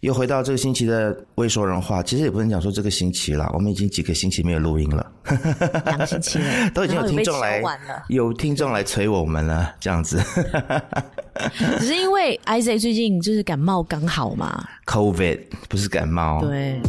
又回到这个星期的未说人话，其实也不能讲说这个星期啦，我们已经几个星期没有录音了， 两个星期了，都已经有听众来然后也被敲完了，有听众来催我们了，这样子 只是因为 Isaac 最近就是感冒刚好嘛， ，COVID 不是感冒，对。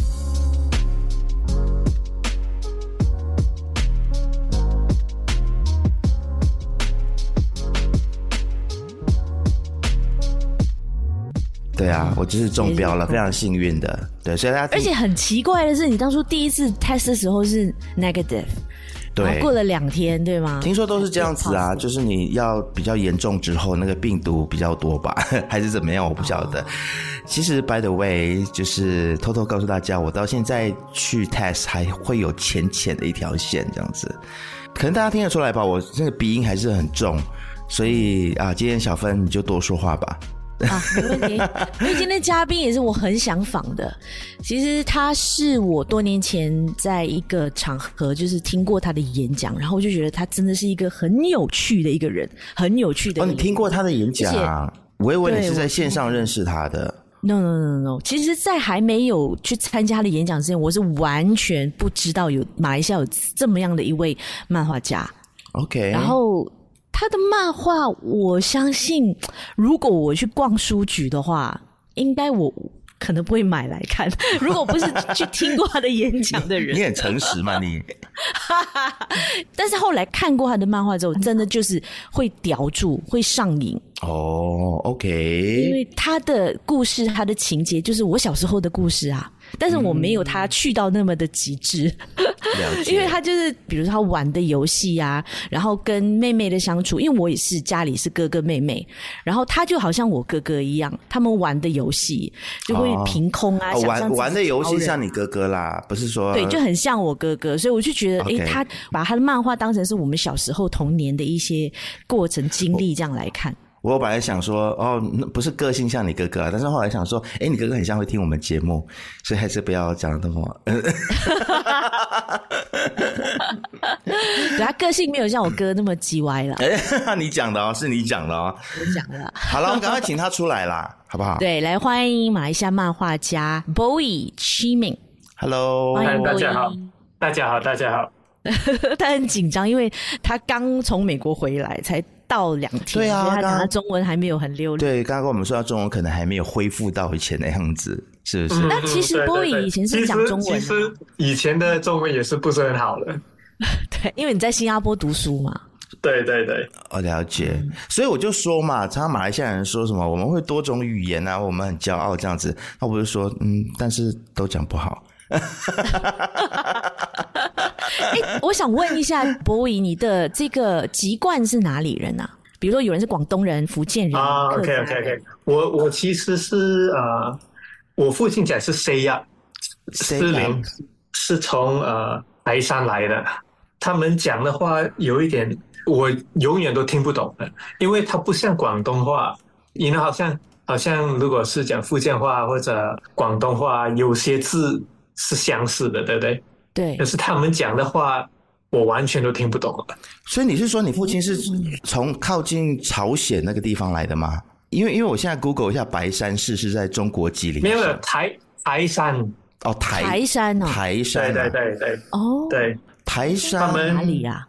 对啊，我就是中标了，非常幸运的，对，所以大家而听且很奇怪的是，你当初第一次 test 的时候是 negative，然后对过。了两天，对吗？哎听说都是这样子啊，就是你要比较严重之后，那个病毒比较多吧， 还是怎么样，我不晓哦得。其实，by the way，就是偷偷告诉大家，我到现在去 test 还会有浅浅的一条线这样子，可能大家听得出来吧，我那个鼻音还是很重，所以啊，今天小芬你就多说话吧。啊，没问题。 因为今天嘉宾也是我很想访的，其实他是我多年前在一个场合就是听过他的演讲，然后我就觉得他真的是一个很有趣的一个人，很有趣的哦，一个你人。听过他的演讲啊？我以为你对是我在线上认识他的。 No no no no no！其实，在还没有去参加他的演讲之前，我是完全不知道有马来西亚有这么样的一位漫画家。 OK，然后他的漫画，我相信如果我去逛书局的话，应该我可能不会买来看。 如果不是去听过他的演讲 的人你，很诚实嘛，你但是后来看过他的漫画之后，真的就是会叼住，会上瘾。哦因，OK，为他的故事，他的情节就是我小时候的故事啊，但是我没有他去到那么的极致，了解，因为他就是比如说他玩的游戏啊，然后跟妹妹的相处，因为我也是家里是哥哥妹妹，然后他就好像我哥哥一样，他们玩的游戏就会哦凭空啊，哦想象玩自己玩的游是戏超人像你哥哥啦，不是说对，就很像我哥哥，所以我就觉得，诶， OK 他把他的漫画当成是我们小时候童年的一些过程经哦历这样来看。我本来想说哦，那不是个性像你哥哥啊，但是后来想说，哎，你哥哥很像会听我们节目，所以还是不要讲那么对他个性没有像我哥那么叽歪了，呃， 你讲的哦，是你讲的哦。我讲了。好了，我们赶快请他出来 啦，好不好？对，来欢迎马来西亚漫画家 Bowie Chimin。 ，Hello，欢迎大 Bowie 家好大家好，大家好。他很紧张，因为他刚从美国回来，才到两天，对啊所以他刚讲的中文还没有很溜利。对，刚刚跟我们说到中文可能还没有恢复到以前的样子，是不是？那其实嗯对对 Bowie 对以前是其实讲中文的其实以前的中文也是不是很好的。对，因为你在新加坡读书嘛。对对对，我哦了解，嗯所以我就说嘛，常常马来西亚人说什么我们会多种语言啊，我们很骄傲这样子，那我就说，嗯，但是都讲不好。哎，我想问一下 Bowie，你的这个籍贯是哪里人啊？比如说有人是广东人、福建人啊嗯客，OK 家 OK 人 OK，我我其实是呃，我父亲讲是 C 呀，谁思来林是从呃白山来的，他们讲的话有一点我永远都听不懂的，因为它不像广东话，因为好像好像如果是讲福建话或者广东话，有些字是相似的，对不对？对可，是他们讲的话，我完全都听不懂了。所以你是说你父亲是嗯从靠近朝鲜那个地方来的吗？因为因为我现在 Google 一下，白山市是在中国吉林没省。有没有台台山，哦，台台山哦，台山、对啊，对对对哦，对台他山们哪里啊？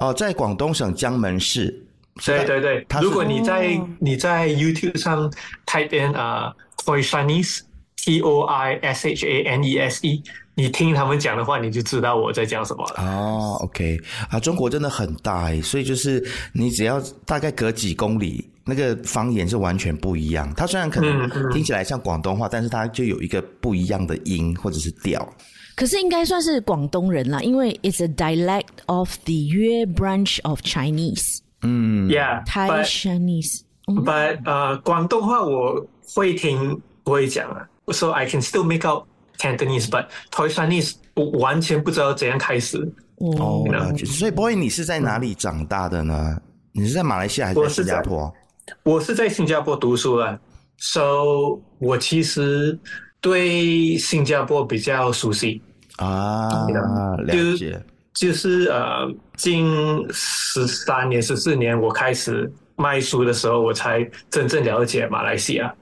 哦，在广东省江门市。是吧对对对他。是如果你在哦你在 YouTube 上 type in 啊 Toishanese T O I S H A N E S E，你听他们讲的话，你就知道我在讲什么了。哦，OK 啊，中国真的很大诶，所以就是你只要大概隔几公里，那个方言是完全不一样。它虽然可能嗯嗯听起来像广东话，但是它就有一个不一样的音或者是调。可是应该算是广东人啦，因为 it's a dialect of the Yue branch of Chinese 嗯， Yeah， Thai Chinese。嗯 but but 呃，广东话我会听，不会讲啊，so I can still make out Cantonese，but Toishanese 我完全不知道怎样开始。哦哦，了解。所以 boy，你是在哪里长大的呢？你是在马来西亚还是在我是新加在坡？我是在新加坡读书了，so 我其实对新加坡比较熟悉，啊，了就解是。就是呃，近十三年、十四年，我开始卖书的时候，我才真正了解马来西亚。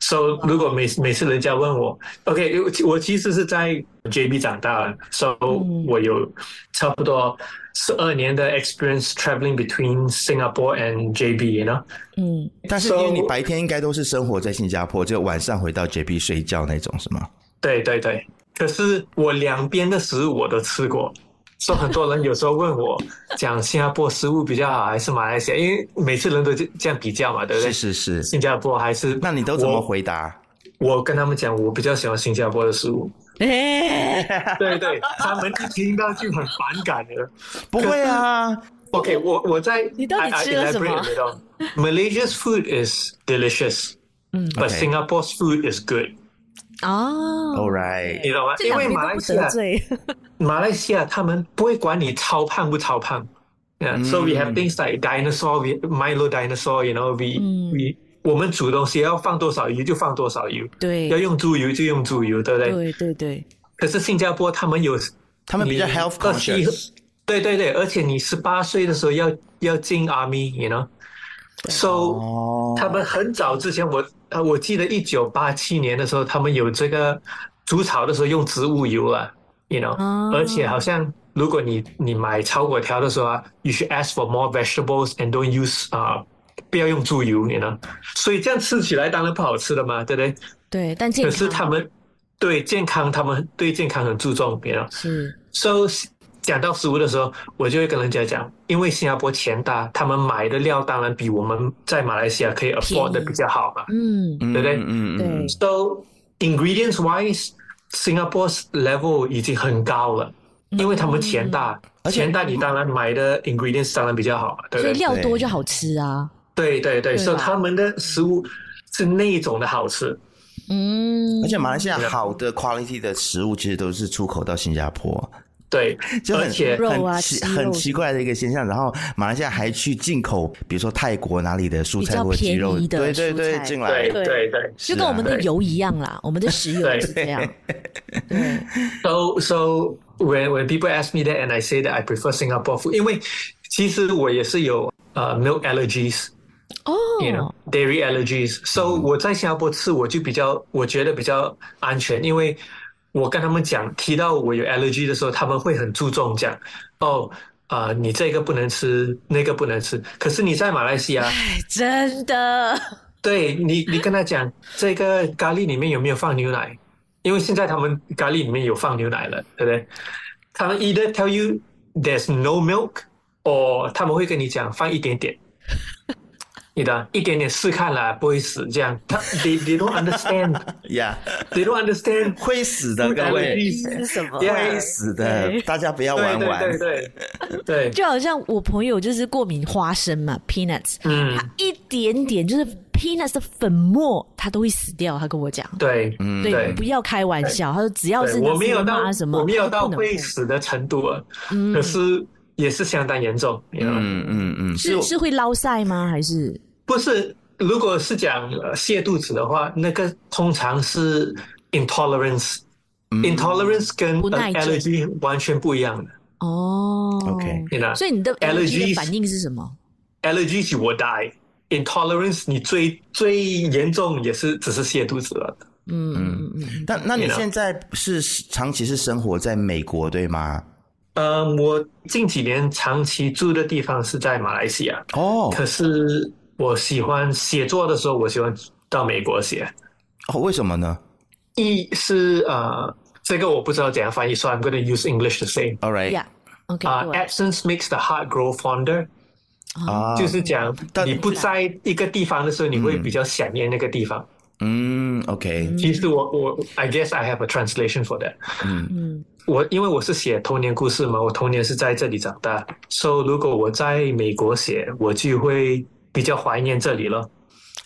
So 如果每每次人家问我，OK，我其我其实是在 JB 长大的，So 嗯我有差不多十二年的 experience traveling between Singapore and JB，you know。 嗯，但是因为 So- 你白天应该都是生活在新加坡，就晚上回到 JB 睡觉那种是吗？对对对，可是我两边的食物我都吃过，所以很多人有时候问我讲新加坡食物比较好还是马来西亚，因为每次人都这这样比较嘛，对不对？是是呃是。新加坡还是那你都怎么我？回答？我跟他们讲，我比较喜欢新加坡的 食物。哎、对对，他们一听到就很反感 的。不会啊， OK，我我在你到底 I- I 吃了什么 elaborate a little. Malaysia's food is delicious, 嗯 but Okay. Singapore's food is good. 哦 All right 你懂吗？这啊因两为边马都来不西亚得罪，马来西亚他们不会管你超胖不超胖。Yeah, so we have 嗯 things like dinosaur, we Milo dinosaur, you know, we 嗯 we 我们煮东西要放多少油就放多少油，对要用猪油就用猪油，对不对？对对对，可是新加坡他们有他们比较你 health 二十一 conscious。对对对，而且你十八岁的时候要要进 army，you know，so、哦他们很早之前，我呃，我记得一九八七年的时候，他们有这个煮草的时候用植物油啊，you know，、哦而且好像如果你你买炒粿条的时候啊，you should ask for more vegetables and don't use 啊、不要用猪油，you know，所以这样吃起来当然不好吃了嘛，对不对？对，但健可康是他们对健康，他们对健康很注重，you know，是 So 讲到食物的时候，我就会跟人家讲，因为新加坡钱大，他们买的料当然比我们在马来西亚可以 afford 的比较好嘛。嗯嗯对不对嗯嗯对 So ingredients wise, Singapore's level 已经很高了，嗯因为他们钱大，而且钱大你当然买的 ingredients 当然比较好嘛，对不所以对？料多就好吃啊，对对对，对所以吧他们的食物是那一种的好吃。嗯，而且马来西亚好的 quality 的食物其实都是出口到新加坡，对，就而很且肉啊很奇鸡肉很奇怪的一个现象。然后马来西亚还去进口，比如说泰国哪里的蔬比菜较或者鸡肉，便宜的对对蔬对，菜进来对对对对。是就啊跟我们的对油一样啦，我们的石油也是这样， 对， So so when when people ask me that and I say that I prefer Singapore food，因为其实我也是有呃 milk allergies，you know 哦， dairy allergies。So 我在新加坡吃我就比较我觉得比较安全，因为我跟他们讲提到我有 allergy 的时候，他们会很注重讲哦。啊、你这个不能吃，那个不能吃。可是你在马来西亚，哎，真的，对你，你跟他讲这个咖喱里面有没有放牛奶？因为现在他们咖喱里面有放牛奶了，对不对？他们 either tell you there's no milk，or 他们会跟你讲放一点点，你的一点点试看啦，不会死这样。他 they they don't understand，they 呀 don't understand 会死的 Food 各位， allergy 是什么？ Yeah 会 死的对，大家不 要对玩对玩对。对对，就好像我朋友就是过敏花生嘛，peanuts，嗯，他一点点就是 peanuts 的粉末，他都会死掉。他跟我讲，对，嗯对，对不要开玩笑。他说只要对是我没有那到妈什么，我没有他都到不能嗯会碰死的程度啊，可是也是相当严重，你知道吗？嗯嗯嗯，是是会捞晒吗？还是不是，如果是讲呃泻肚子的话，那个通常是 intolerance，intolerance、跟不耐 a 症 l l e r g y 完全不一样的。哦 OK 你呢所以你的 Allergies 的反应是什么？ allergies you will die，intolerance 你最最严重也是只是泻肚子了。嗯嗯嗯嗯，但那你 You know 现在是长期是生活在美国对吗？呃，我近几年长期住的地方是在马来西亚，哦，可是我喜欢写作的时候，我喜欢到美国写。哦为什么呢一是呃，这个我不知道怎样翻译，so I'm going to use English to say。 ？All right，呀，OK，啊、对 a b s e n c e makes the heart grow fonder，、啊，就是讲但你不在一个地方的时候，你会比较想念那个地方。嗯，OK，其实我我 I guess I have a translation for that。嗯我因为我是写童年故事嘛，我童年是在这里长大，so 如果我在美国写，我就会比较怀念这里了。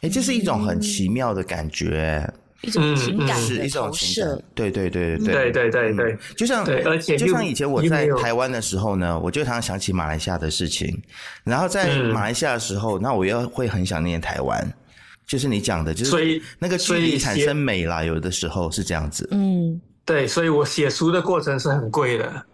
哎，这是一种很奇妙的感觉，一种情感嗯是的一种投情射感，，对对对对对对对对，嗯就像对而且就又像以前我又在没有台湾的时候呢，我就常常想起马来西亚的事情，然后在嗯马来西亚的时候，那我又会很想念台湾，就是你讲的，就是所以那个距所以离产写生美啦，有的时候是这样子。嗯，对，所以我写书的过程是很贵的。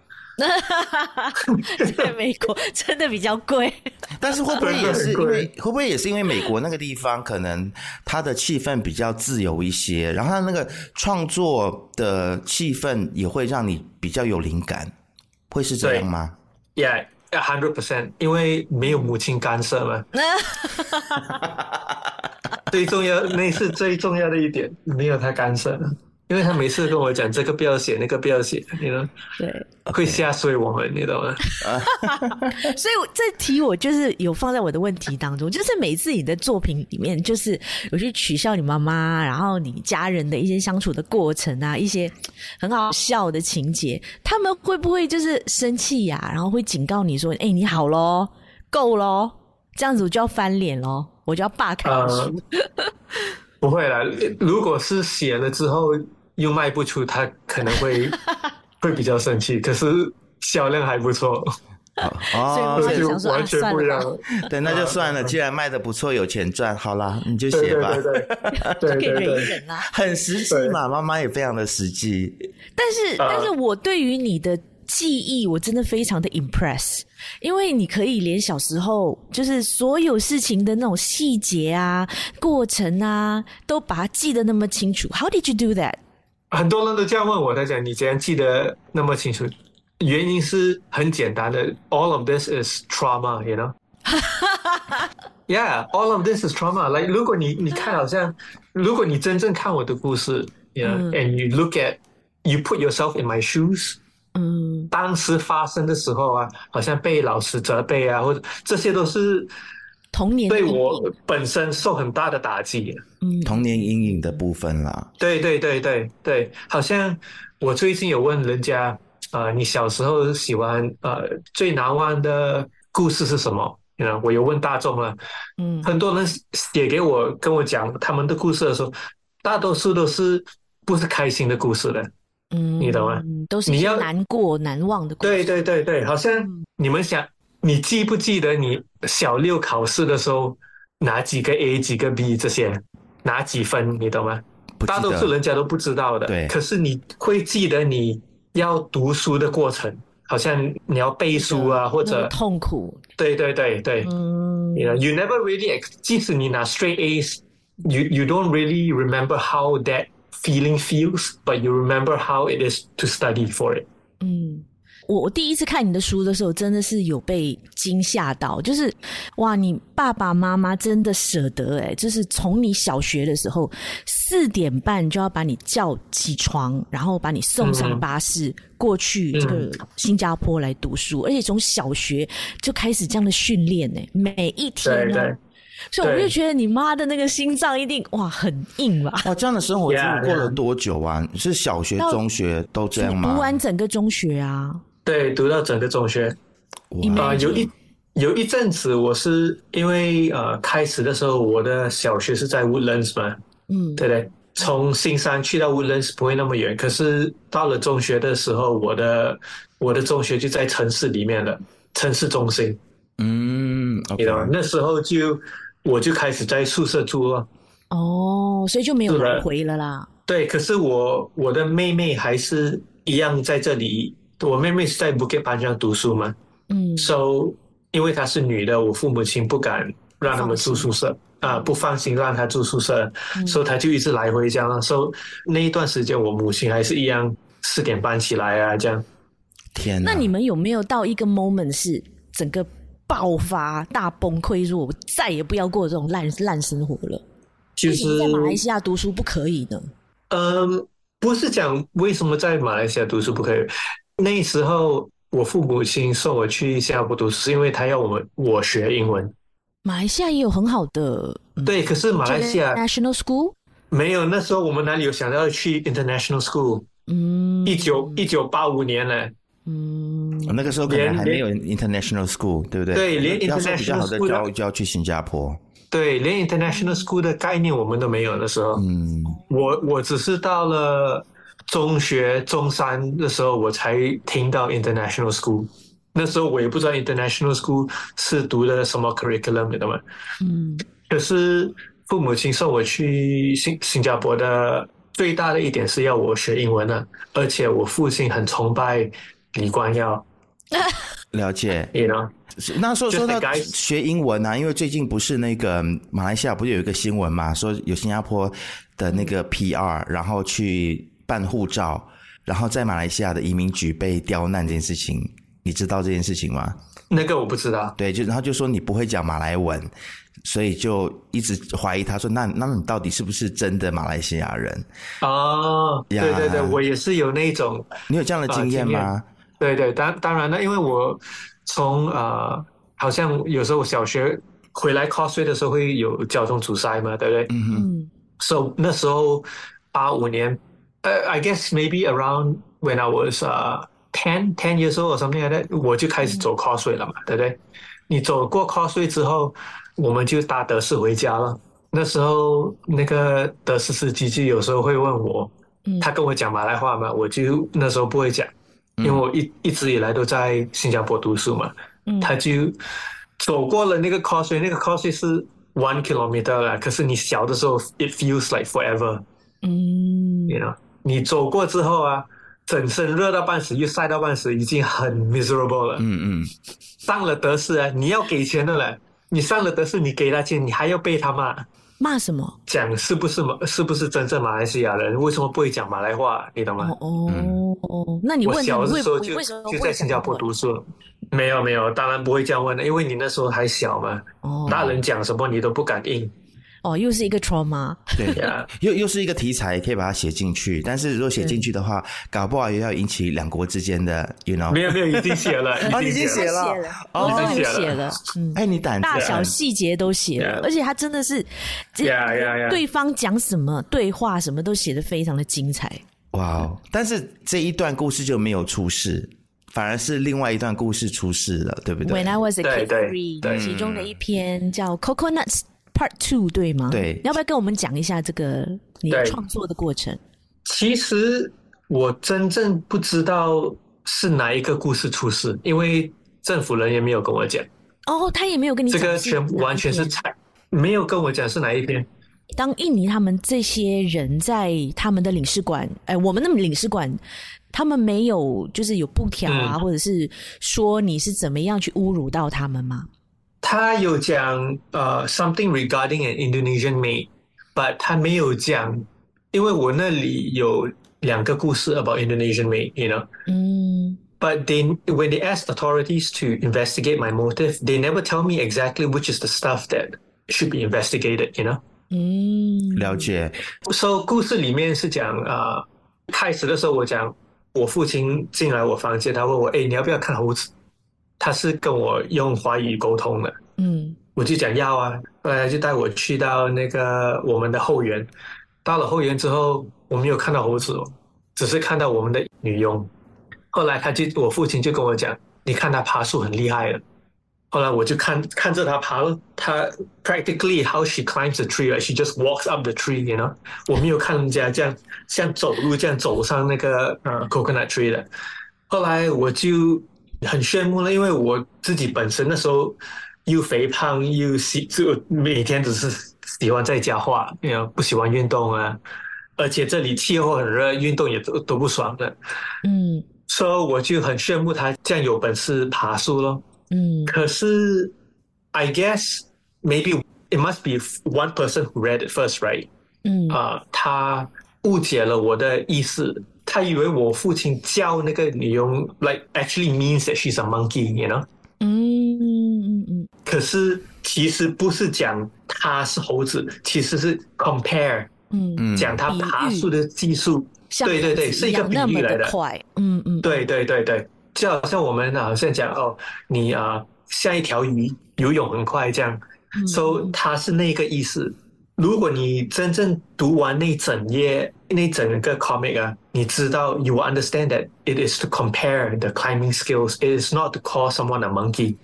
在美国真的比较贵。但是会不会也是因为会不会也是因为美国那个地方可能它的气氛比较自由一些，然后它那个创作的气氛也会让你比较有灵感，会是这样吗？ Yeah, a hundred percent，因为没有母亲干 涉嘛。最重要那是最重要的一点，没有他干涉，因为他每次跟我讲这个不要写，那个不要写，你呢对，会吓碎我们，你懂吗？所以我这题我就是有放在我的问题当中，就是每次你的作品里面，就是有去取笑你妈妈，然后你家人的一些相处的过程啊，一些很好笑的情节，他们会不会就是生气呀、然后会警告你说：“哎、你好咯，够咯，这样子我就要翻脸咯，我就要罢开你书。呃不会啦，如果是写了之后又卖不出，他可能 会会比较生气。可是销量还不错，所以哦，我就就想说啊完全不一样。算对，那就算了，既然卖的不错，有钱赚，好啦，你就对写对吧对。对啊对可以对忍一对。忍啦、很实际嘛，妈妈也非常的实际。但是，呃但是我对于你的记忆，我真的非常的 impress，因为你可以连小时候就是所有事情的那种细节啊、过程啊，都把它记得那么清楚。How did you do that？很多人都这样问我，他讲你怎样记得那么清楚？原因是很简单的，all of this is trauma, you know. Yeah, all of this is trauma. Like，如果你你看，好像如果你真正看我的故事，you know,、and you look at, you put yourself in my shoes. 嗯，当时发生的时候啊，好像被老师责备啊，或者这些都是童年嗯的对阴影我本身受很大的打击。童年阴影的部分啦，对对对对对，好像我最近有问人家，呃，你小时候喜欢呃最难忘的故事是什么？You know，我有问大众了，嗯很多人写给我跟我讲他们的故事的时候，大多数都是不是开心的故事的。嗯，你懂吗嗯？都是一你些要难过、难忘的故事。对对对对，好像你们想，你记不记得你小六考试的时候拿几个 A 几个 B 这些，拿几分，你懂吗？不记大多数得。人家都不知道的。对可是你会记得你要读书的过程，好像你要背书啊，或那么者痛苦，对对对对，嗯 you know you never really ex- 即使你拿 straight A's you you don't really remember how that feeling feels but you remember how it is to study for it 嗯，我我第一次看你的书的时候，真的是有被惊吓到，就是哇，你爸爸妈妈真的舍得哎、就是从你小学的时候四点半就要把你叫起床，然后把你送上嗯巴士、过去这个新加坡来读书，而且从小学就开始这样的训练呢、每一天、哦对对所以我对就觉得你妈的那个心脏一定哇很硬吧。哇，这样的生活 Yeah, 经历过了多久啊？是小学、到中学都这样你吗？读完整个中学啊，对读到整个中学哇啊、有一有一阵子我是因为呃开始的时候我的小学是在 Woodlands 嘛嗯，对不对从新山去到 Woodlands 不会那么远可是到了中学的时候我的我的中学就在城市里面了城市中心嗯，OK，你知道吗？那时候就我就开始在宿舍住了。哦，所以就没有是的来回了啦。对，可是我我的妹妹还是一样在这里。我妹妹是在 Bukit Panjang 读书嘛嗯，so 因为她是女的，我父母亲不敢让他们住宿舍啊，不放心让她住宿舍，嗯所以她就一直来回这样。so 那一段时间，我母亲还是一样四点半起来啊，这样。天哪！那你们有没有到一个 moment 是整个爆发大崩溃，说我再也不要过这种烂烂生活了？就为什么是在马来西亚读书不可以呢？嗯，不是讲为什么在马来西亚读书不可以。那时候我父母亲送我去新加坡读书，是因为他要我们我学英嗯文。马来西亚也有很好的、嗯、对，可是马来西亚 national school，没有，那时候我们哪里有想到去 international school？嗯一九一九八五年呢，嗯，那个时候可能连还没有 international school，对不对？对连要说比较好的 international school 就要就要去新加坡。对，连 international school 的概念我们都没有。那时候，嗯，我我只是到了中学中三的时候，我才听到 international school。那时候我也不知道 international school 是读的什么 curriculum，你懂吗？嗯可是父母亲送我去新新加坡的最大的一点是要我学英文啊，而且我父亲很崇拜李光耀了解。 ，you know，是那说就说是到 guys- 学英文啊，因为最近不是那个嗯马来西亚不是有一个新闻嘛，说有新加坡的那个 PR，然后去办护照，然后在马来西亚的移民局被刁难这件事情，你知道这件事情吗？那个我不知道。对，就然后就说你不会讲马来文，所以就一直怀疑他说，那那你到底是不是真的马来西亚人？哦，对呀对对，我也是有那种，你有这样的啊经验经验吗？对对，当当然了，因为我从呃，好像有时候我小学回来 cosplay 的时候会有交通阻塞嘛，对不对？嗯哼。嗯 So 那时候八五年，呃、i guess maybe around when I was uh ten ten years old or something like that，我就开始走 cosway 了嘛，对不对？你走过 cosway 之后，我们就搭德士回家了。那时候那个德士司机就有时候会问我，嗯他跟我讲马来话嘛，我就那时候不会讲，因为我一一直以来都在新加坡读书嘛。嗯他就走过了那个 causeway，那个 causeway 是 one kilometer 啦，可是你小的时候，it feels like forever，you 嗯 know，你走过之后啊，整身热到半死，又晒到半死，已经很 miserable 了。嗯嗯，上了德士啊，你要给钱的了，你上了德士，你给他钱，你还要被他骂。骂什么？讲是不是马是不是真正马来西亚人？为什么不会讲马来话？你懂吗？哦哦哦，那你我问他小你的为时候你就为什么就为在什新么加坡问读书了，没有没有，当然不会这样问的，因为你那时候还小嘛，哦大人讲什么你都不敢应。哦，又是一个 trauma。对， 呀又又是一个题材，可以把它写进去。但是如果写进去的话，搞不好也要引起两国之间的，you know，没有没有，已经写 了，哦啊你已经写了他了，哦我都有已经写写了了，嗯，哎，你胆子大很小细节都写了， Yeah. 而且他真的是，这 Yeah, yeah, yeah. 对方讲什么对话什么都写的非常的精彩。哇哦！但是这一段故事就没有出事，反而是另外一段故事出事了，对不 When 对？ I was a 对 kid 对 three，对嗯其中的一篇叫 Coconuts Part Two，对吗？对要不要跟我们讲一下这个你对创作的过程？其实我真正不知道是哪一个故事出事，因为政府人也没有跟我讲，哦，他也没有跟你这讲个是全哪一完全是篇猜，没有跟我讲是哪一篇。当印尼他们这些人在他们的领事馆，哎、我们的领事馆，他们没有就是有布条啊，嗯或者是说你是怎么样去侮辱到他们吗？他有讲呃 something regarding an Indonesian maid，but 他没有讲，因为我那里有两个故事 about Indonesian maid，you know。嗯 But they, when they asked authorities to investigate my motive, they never tell me exactly which is the stuff that should be investigated. You know, 嗯，了解， so 故事里面是讲啊、呃，开始的时候我讲我父亲进来我房间，他问我，哎，你要不要看猴子？他是跟我用华语沟通的，嗯我就讲要啊，后来就带我去到那个我们的后园。到了后园之后，我没有看到猴子哦，只是看到我们的女佣。后来他就我父亲就跟我讲，你看他爬树很厉害的。后来我就看看着他爬了，他 practically how she climbs the tree, right? She just walks up the tree, you know. 我没有看人家这样像走路这样走上那个呃 coconut tree 的。后来我就很羡慕了，因为我自己本身那时候又肥胖又喜，就每天只是喜欢在家画，you know，不喜欢运动啊。而且这里气候很热，运动也都都不爽的，嗯所、以我就很羡慕他这样有本事爬树咯。嗯可是，I guess maybe it must be one person who read it first, right? 嗯啊、他误解了我的意思，他以为我父亲叫那个女佣，like actually means that she's a monkey，you know？嗯嗯嗯可是其实不是讲他是猴子，其实是 compare，嗯嗯，嗯，讲他比喻爬树的技术。像对对对猴子是一个样那比喻么来的的快，嗯嗯，对对对对，就好像我们啊，现在讲哦，你啊像一条鱼游泳很快这样，嗯所以它是那个意思。如果你真正读完那整页那整个 comic 啊，你知道 you will understand that it is to compare the climbing skills. It is not to call someone a monkey.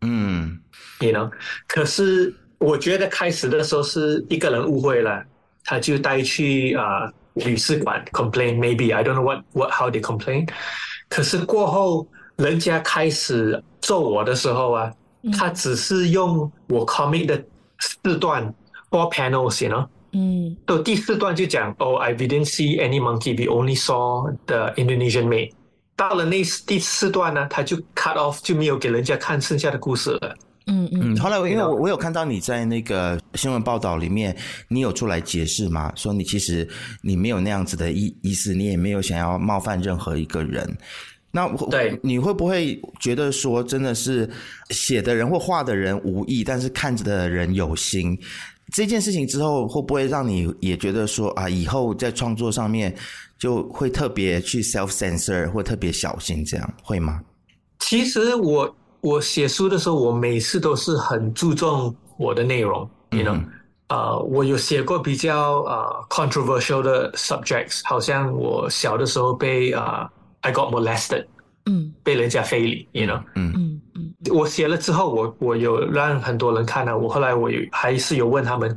嗯， you know，可是我觉得开始的时候是一个人误会了，他就带去啊、呃、领事馆 complain maybe I don't know what what how they complain，可是过后人家开始揍我的时候啊，他只是用我 comic 的四段 four panels，you know。嗯到第四段就讲，Oh, I didn't see any monkey. We only saw the Indonesian maid. 到了那第四段呢，他就 cut off 就没有给人家看剩下的故事了。嗯嗯，嗯，后来我因为我我有看到你在那个新闻报道里面，你有出来解释嘛，说你其实你没有那样子的意意思，你也没有想要冒犯任何一个人。那我对你会不会觉得说，真的是写的人或画的人无意，但是看着的人有心？这件事情之后，会不会让你也觉得说啊，以后在创作上面就会特别去 self censor 或特别小心，这样会吗？其实我我写书的时候，我每次都是很注重我的内容，you know，啊、嗯我有写过比较啊、controversial 的 subjects，好像我小的时候被啊、I got molested，嗯被人家非礼，you know，嗯嗯我写了之后，我我有让很多人看了、啊我后来我有还是有问他们，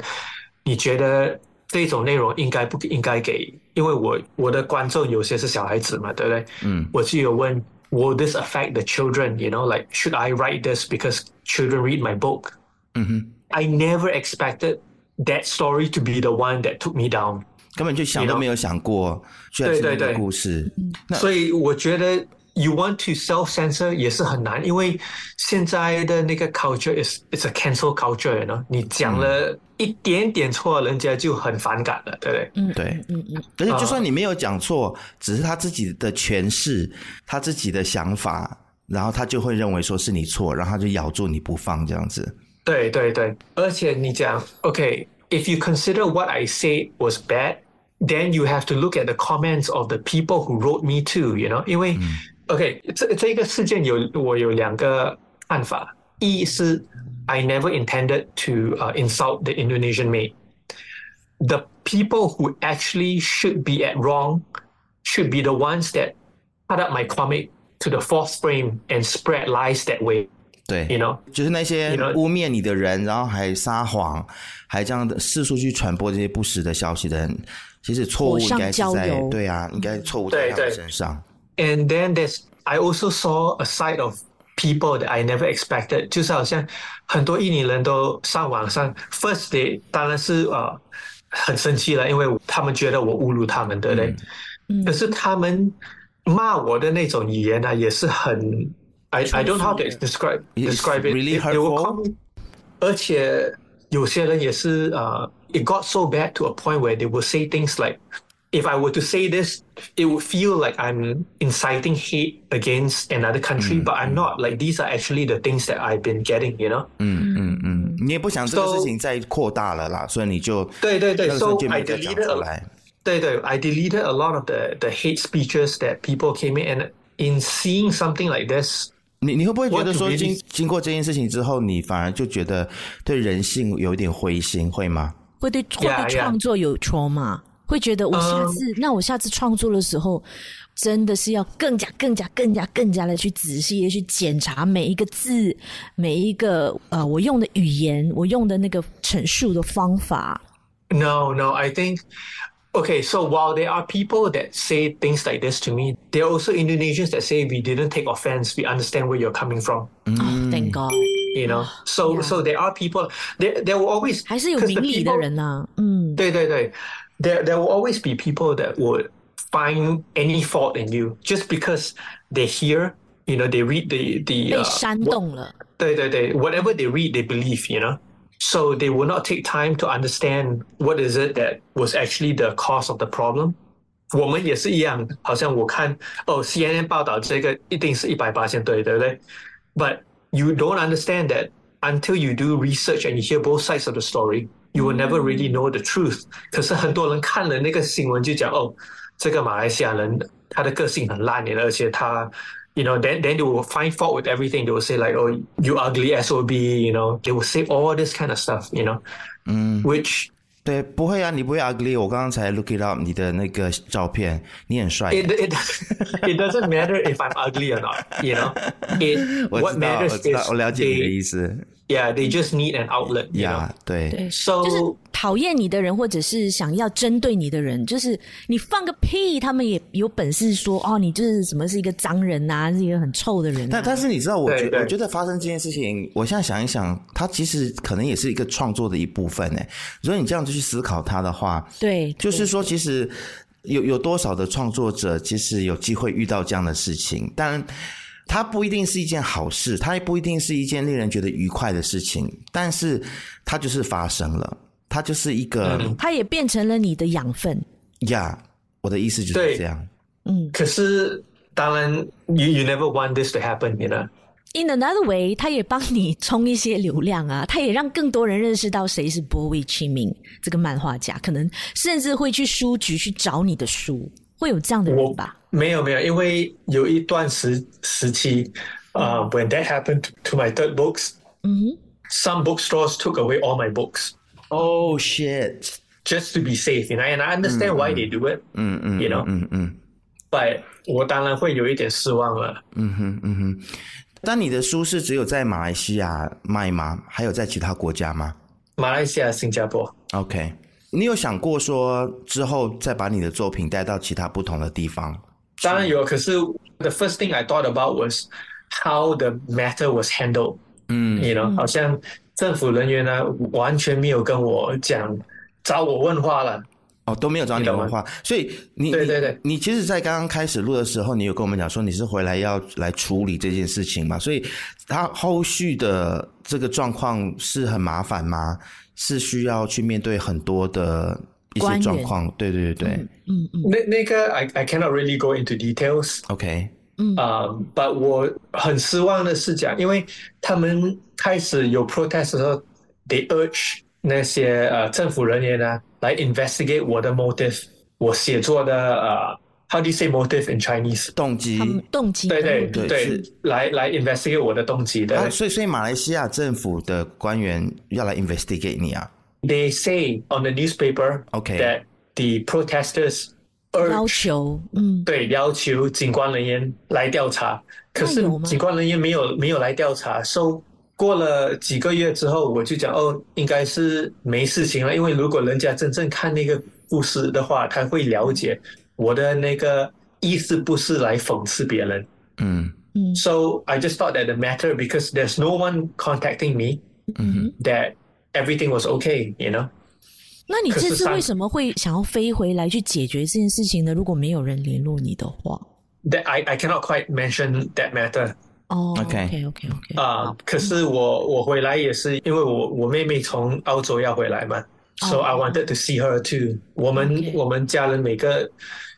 你觉得这种内容应该不应该给？因为我我的观众有些是小孩子嘛，对不对？嗯我就有问，Will this affect the children? You know, like should I write this because children read my book? 嗯哼， I never expected that story to be the one that took me down. 根本就想你都呢没有想过，居然是对那对个对故事。那所以我觉得 you want to self censor 也是很难，因为现在的那个 culture is it's a cancel culture，you know? 你讲了一点点错，人家就很反感了，对不对？嗯，对嗯嗯嗯可是就算你没有讲错，只是他自己的诠释，他自己的想法，然后他就会认为说是你错，然后他就咬住你不放这样子。对对对，而且你讲 OK，if、you consider what I say was bad。Then you have to look at the comments of the people who wrote me too, you know，因为、OK 这这个事件有我有两个看法，一是 I never intended to、uh, insult the Indonesian maid。the people who actually should be at wrong should be the ones that cut up my comic to the fourth frame and spread lies that way, 对 you know. 就是那些 You know- 污蔑你的人，然后还撒谎，还这样的四处去传播这些不实的消息的人，其实错误火应上该是浇在油对啊，应该错误在对他们对身上。 And then there's I also saw a side of people that I never expected，就是好像很多印尼人都上网上 first day 当然是呃很生气了，因为他们觉得我侮辱他们，对不对？可是他们骂我的那种语言呢、也是很 I I don't know how to describe It's describe it. really They- they will hurtful. call me- 而且有些人也是呃、i t got so bad to a point where they will say things like, if I were to say this, it would feel like I'm inciting hate against another country, Mm, but I'm not. Like these are actually the things that I've been getting, you know. 嗯嗯嗯，你也不想这个 So- 事情再扩大了啦，所以你就对对对那个时候，so 就没 I 有再讲 deleted 出 a- 来。对对，I deleted a lot of the the hate speeches that people came in, and in seeing something like this, 你你会不会觉得 What 说 really- 经经过这件事情之后，你反而就觉得对人性有一点灰心，会吗？会对会 Yeah, 对 yeah. 创作有 trauma，会觉得我下次、那我下次创作的时候，真的是要更加更加更加更加的去仔细的去检查每一个字，每一个呃我用的语言，我用的那个陈述的方法。 No, no, I think okay, so while there are people that say things like this to me, there are also Indonesians that say we didn't take offense, we understand where you're coming from. 啊 Thank God， You know? So Yeah. so there are people there there will always 还是有 'cause 明 the 理的 people- 人啦、嗯，对对对, there there will always be people that would find any fault in you just because they hear, you know, they read the the 被 uh, 煽动了。对对对, whatever they read, they believe, you know. So they will not take time to understand what is it that was actually the cause of the problem. 我们也是一样，好像我看哦，CNN 报道这个一定是一百八千对，对不对？But you don't understand that until you do research and you hear both sides of the story, you will never really know the truth. 可是很多人看了那个新闻就讲哦，这个马来西亚人他的个性很烂的，而且他。You know, then then they will find fault with everything. They will say like, "Oh, you ugly sob." You know, they will say all this kind of stuff. You know, which 对，不会啊，你不会 ugly。我刚刚才 look it up 你的那个照片，你很帅。 it, it it doesn't matter if I'm ugly or not. You know, it 我 what 知道， matters 我知道 is，我了解你的 they 意思。 yeah they just need an outlet. You 呀，对，对， So- 就是讨厌你的人，或者是想要针对你的人，就是你放个屁，他们也有本事说哦，你就是什么是一个脏人呐、是一个很臭的人、啊。但但是你知道，我觉对对我觉得发生这件事情，我现在想一想，它其实可能也是一欸个创作的一部分诶。如果你这样子去思考它的话，对，就是说，其实有有多少的创作者其实有机会遇到这样的事情，但它不一定是一件好事，它也不一定是一件令人觉得愉快的事情，但是它就是发生了，它就是一个嗯它也变成了你的养分。呀。我的意思就是对这样，嗯可是当然，you you never want this to happen，you know。 ，in another way，它也帮你充一些流量啊，它也让更多人认识到谁是波维奇明这个漫画家，可能甚至会去书局去找你的书，会有这样的我人吧？没有没有，因为有一段时时期，呃、w h e n that happened to- to my third books, 嗯哼。 some bookstores took away all my books Oh shit！ just to be safe. You know, and I understand why they do it. 嗯嗯 You know 嗯嗯 But 我当然会有一点失望了。嗯哼嗯哼。但你的书是只有在马来西亚卖吗？还有在其他国家吗马来西亚、新加坡， ？OK，你有想过说之后再把你的作品带到其他不同的地方？当然有。可是 the first thing I thought about was how the matter was handled. 嗯 You know，、好像政府人员呢完全没有跟我讲，找我问话了。哦，都没有找你你懂问话，所以你对你对对你其实，在刚刚开始录的时候，你有跟我们讲说你是回来要来处理这件事情嘛，所以他后续的这个状况是很麻烦吗？是需要去面对很多的一些官员状况？对对对对、嗯嗯那那个 I I cannot really go into details. o k 啊、把我很失望的是讲，因为他们开始有 protest 的时候，they urge 那些呃政府人员呢来 investigate 我的 motive，我写作的呃，how do you say motive in Chinese？动机啊他们动机啊对对跟目对的对是，来来 investigate 我的动机的。啊，所以所以马来西亚政府的官员要来 investigate 你啊 They say on the newspaper OK that the protesters 要 urge 求，嗯，对要求警官人员来调查，可那是有吗警官人员没有没有来调查，so, 过了几个月之后，我就讲哦，应该是没事情了，因为如果人家真正看那个故事的话，他会了解我的那个意思不是来讽刺别人。嗯 So I just thought that the matter because there's no one contacting me 嗯哼 that everything was okay, you know. 那你可是这次上为什么会想要飞回来去解决这件事情呢？如果没有人联络你的话， That I I cannot quite mention that matter. 哦 OK OK OK OK，啊、可是我我回来也是因为我我妹妹从澳洲要回来嘛、s o I wanted to see her too。我们哦 OK 我们家人每个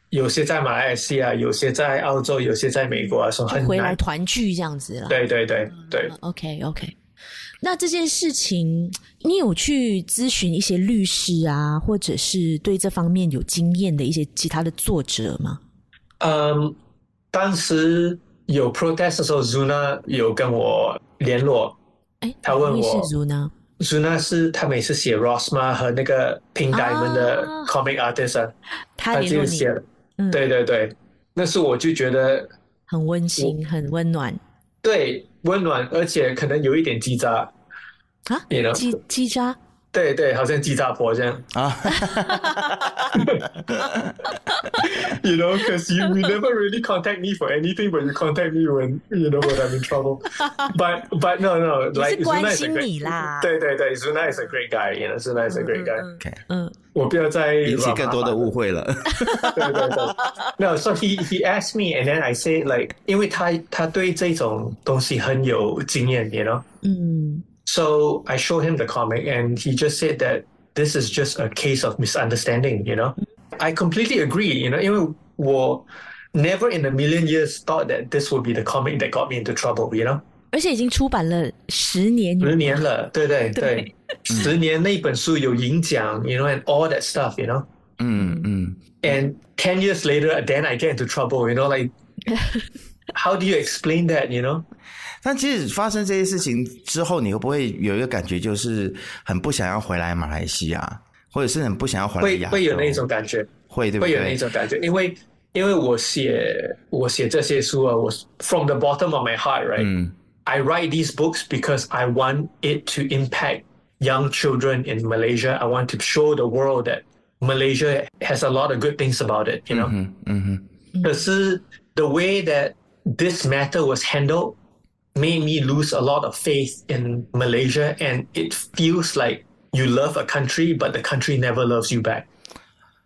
有些在马来西亚，有些在澳洲，有些在美国啊，所以就很回来嗯难。团聚这样子啦。对对对对， OK OK，那这件事情你有去咨询一些律师啊，或者是对这方面有经验的一些其他的作者吗？嗯，当时有 protest 的时候，Zuna 有跟我联络。哎，他问我世如呢？ Zuna 是他每次写 Rosma 和那个 Pink 啊 Diamond 的 comic artist，、啊、他自联络己你写，的。嗯对对对，那是我就觉得很温馨，很温暖对，温暖，而且可能有一点叽喳，啊你呢，鸡鸡渣。对对，好像叽喳婆这样。啊， You know, because you, you never really contact me for anything, but you contact me when you know when I'm in trouble. But but no no, 你 like 是 Zuna 关 is a 心 great, 你啦 对对对，Zuna is a great guy, you know, Zuna is a great guy. 嗯 OK 嗯，我不要再引起更多的误会了。 对对对。No, so he he asked me, and then I say like，因为他他对这种东西很有经验，you know. 嗯 So I showed him the comic, and he just said that this is just a case of misunderstanding. You know, I completely agree. You know, 因为我 never in a million years thought that this would be the comic that got me into trouble. You know，而且已经出版了十年，嗯十年了，对对对，Mm. 对。十年那本书有影响，you know, and all that stuff, you know. 嗯嗯 And ten years later, then I get into trouble. You know, like how do you explain that? You know. 但其实发生这些事情之后，你会不会有一个感觉，就是很不想要回来马来西亚，或者是很不想要回来会亚洲？会有那种感觉，会对不会有那对？种感觉，因为因为我写我写这些书啊，我 from the bottom of my heart, right? 嗯 I write these books because I want it to impact young children in Malaysia. I want to show the world that Malaysia has a lot of good things about it, you know. 嗯嗯哼可是 the way that this matter was handled made me lose a lot of faith in Malaysia, and it feels like you love a country, but the country never loves you back.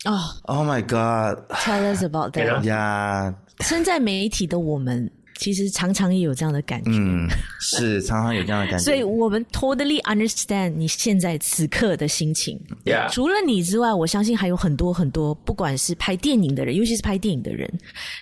哦 Oh my god！ ，Tell us about Yeah. that。呀，身在媒体的我们，其实常常也有这样的感觉。嗯，是常常有这样的感觉。所以我们 totally understand 你现在此刻的心情。 Yeah. 除了你之外，我相信还有很多很多，不管是拍电影的人，尤其是拍电影的人，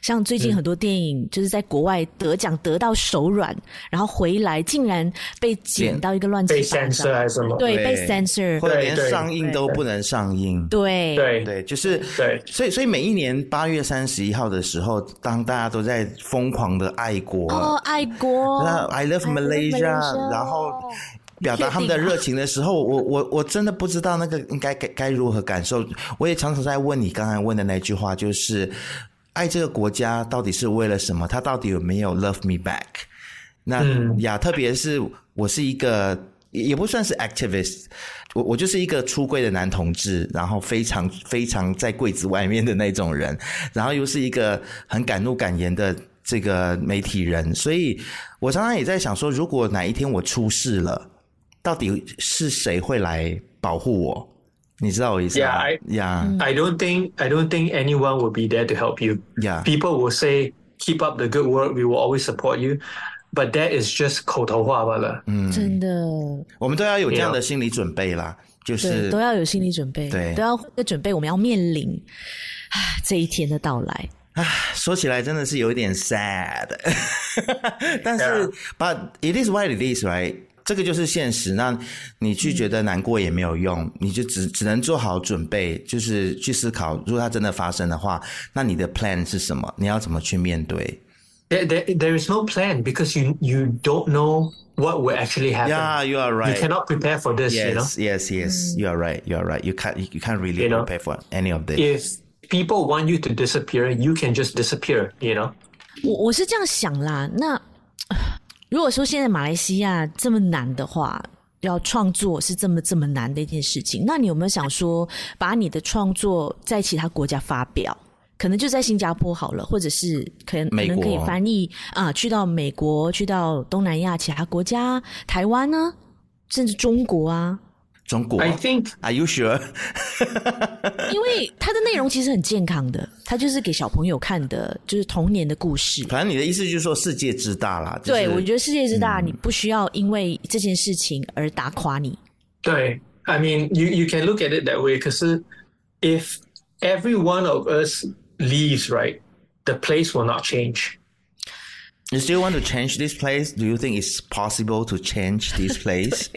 像最近很多电影就是在国外得奖得到手软，然后回来竟然被剪到一个乱七被八 censor 糟，还是什么？对，对被 censor，或者对连对上映都不能上映。 对对对，就是对所以所以每一年八月三十一号的时候，当大家都在疯狂的爱国，哦，爱国那 I love Malaysia，然后表达他们的热情的时候，我我我真的不知道那个应该该该如何感受。我也常常在问你刚才问的那句话，就是爱这个国家到底是为了什么？他到底有没有 love me back？那嗯呀，特别是我是一个也也不算是 activist，我我就是一个出柜的男同志，然后非常非常在柜子外面的那种人，然后又是一个很敢怒敢言的这个媒体人，所以我常常也在想说，如果哪一天我出事了，到底是谁会来保护我？你知道我意思 Yeah, 吗 I-？呀 I don't think I don't think anyone will be there to help you. 呀 People will say, "Keep up the good work. We will always support you." But that is just 口头话罢了。Mm. 嗯真的，我们都要有这样的心理准备啦，就是对，都要有心理准备，对都要准备，我们要面临唉这一天的到来。说起来真的是有一点 sad，但 是 Yeah. but it is what it is, right？这个就是现实，那你去觉得难过也没有用，嗯你就只只能做好准备，就是去思考，如果它真的发生的话，那你的 plan 是什么？你要怎么去面对 There, there, there is no plan because you you don't know what will actually happen. ？Yeah, you are You right. cannot prepare for this. You know, Yes, Mm yes, yes. You are right. You are right. You can't. You can't really You know? prepare for any of this. if people want you to disappear, you can just disappear. You know. 我我是这样想啦，那如果说现在马来西亚这么难的话，要创作是这么这么难的一件事情，那你有没有想说把你的创作在其他国家发表？可能就在新加坡好了，或者是可能可美能国可以翻译啊、去到美国，去到东南亚其他国家，台湾呢，甚至中国啊，中国 I think ，Are you sure？ 因为它的内容其实很健康的，它就是给小朋友看的，就是童年的故事。反正你的意思就是说世界之大啦。就是、嗯对，我觉得世界之大，你不需要因为这件事情而打垮你。对，I mean, you you can look at it that way. 可是，if every one of us leaves, right, the place will not change. You still want to change this place? Do you think it's possible to change this place?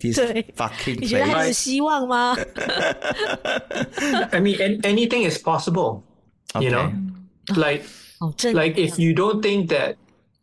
this 对 fucking 你 觉得还 place. 有希望吗？ I mean, an- anything is possible. You know, like 哦，这 like if you don't think that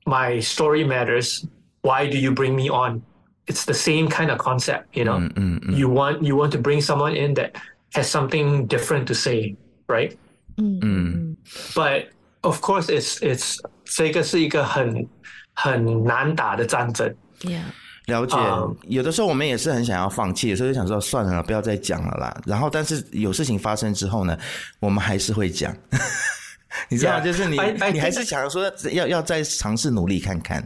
my story matters, why do you bring me on? It's the same kind of concept. You know, you want you want to bring someone in that has something different to say, right? 嗯 But of course, it's it's 这个是一个很很难打的战争。 Yeah 了解嗯，有的时候我们也是很想要放弃，有时候就想说算了，不要再讲了啦。然后，但是有事情发生之后呢，我们还是会讲。 你知道吗 Yeah. 就是你 I- I 你还 think- 是想说要要再尝试努力看看。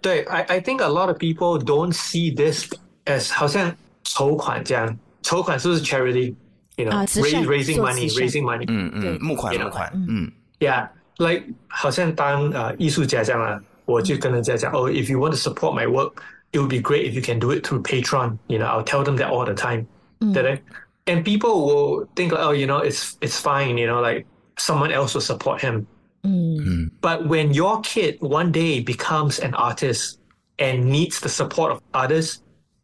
对，I I think a lot of people don't see this as 好像筹款这样，筹款是不是 charity？You 啊 know, 慈善 raise raising 做慈 money, 善 raising money. 嗯对嗯，募款 Yeah. 募款，嗯 Yeah, like 好像当呃艺术家这样啊，我就跟人家讲，Oh, if you want to support my work, it would be great if you can do it through Patreon. You know, I'll tell them that all the time. 对不对？And people will think, oh, you know, it's it's fine. You know, like someone else will support him. 嗯 But when your kid one day becomes an artist and needs the support of others,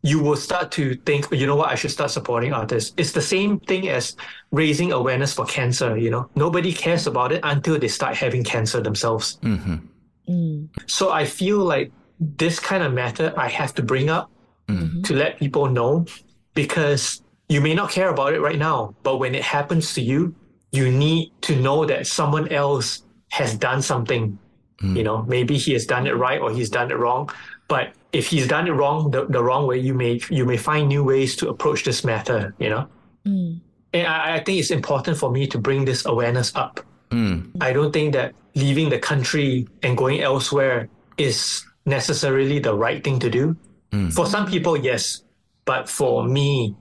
you will start to think, you know what, I should start supporting others. It's the same thing as raising awareness for cancer, you know. Nobody cares about it until they start having cancer themselves. 嗯嗯 So I feel like this kind of matter I have to bring up to let people know because you may not care about it right now, but when it happens to you, you need to know that someone else has done something. You know, maybe he has done it right or he's done it wrong. But if he's done it wrong the, the wrong way, you may you may find new ways to approach this matter, you know? 嗯 And I, I think it's important for me to bring this awareness up. 嗯 I don't think that leaving the country and going elsewhere is necessarily the right thing to do. For some people, yes. But for me,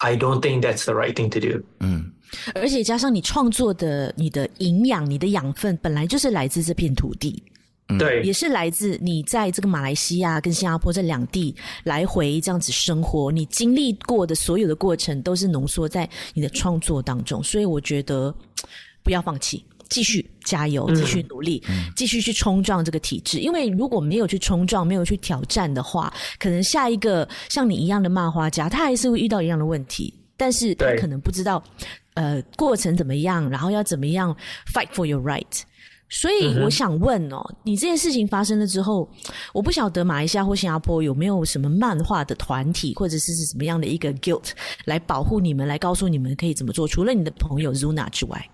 I don't think that's the right thing to do. 嗯，而且加上你创作的你的营养、你的养分本来就是来自这片土地，也对是来自你在这个马来西亚跟新加坡这两地来回这样子生活，你经历过的所有的过程都是浓缩在你的创作当中，所以我觉得嘖不要放弃。继续加油，继续努力，继续去冲撞这个体制。因为如果没有去冲撞，没有去挑战的话，可能下一个像你一样的漫画家，他还是会遇到一样的问题，但是他对可能不知道呃过程怎么样，然后要怎么样 fight for your right。所嗯以我想问哦，你这件事情发生了之后，我不晓得马来西亚或新加坡有没有什么漫画的团体，或者是是什么样的一个 guilt 来保护你们，来告诉你们可以怎么做。除了你的朋友 Zuna 之外，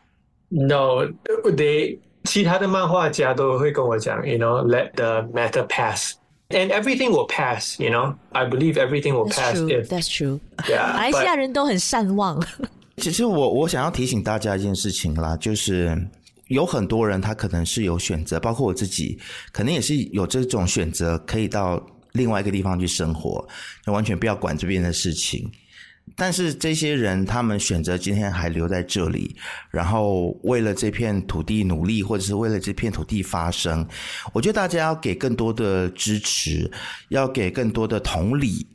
，no，they 其他的漫画家都会跟我讲，you know，let the matter pass。And everything will pass, you know. I believe everything will That's pass true, if, that's true。 yeah. 马来西 but- 亚人都很善忘，其实我我想要提醒大家一件事情啦，就是有很多人他可能是有选择，包括我自己，可能也是有这种选择，可以到另外一个地方去生活，就完全不要管这边的事情。但是这些人，他们选择今天还留在这里，然后为了这片土地努力，或者是为了这片土地发声，我觉得大家要给更多的支持，要给更多的同理，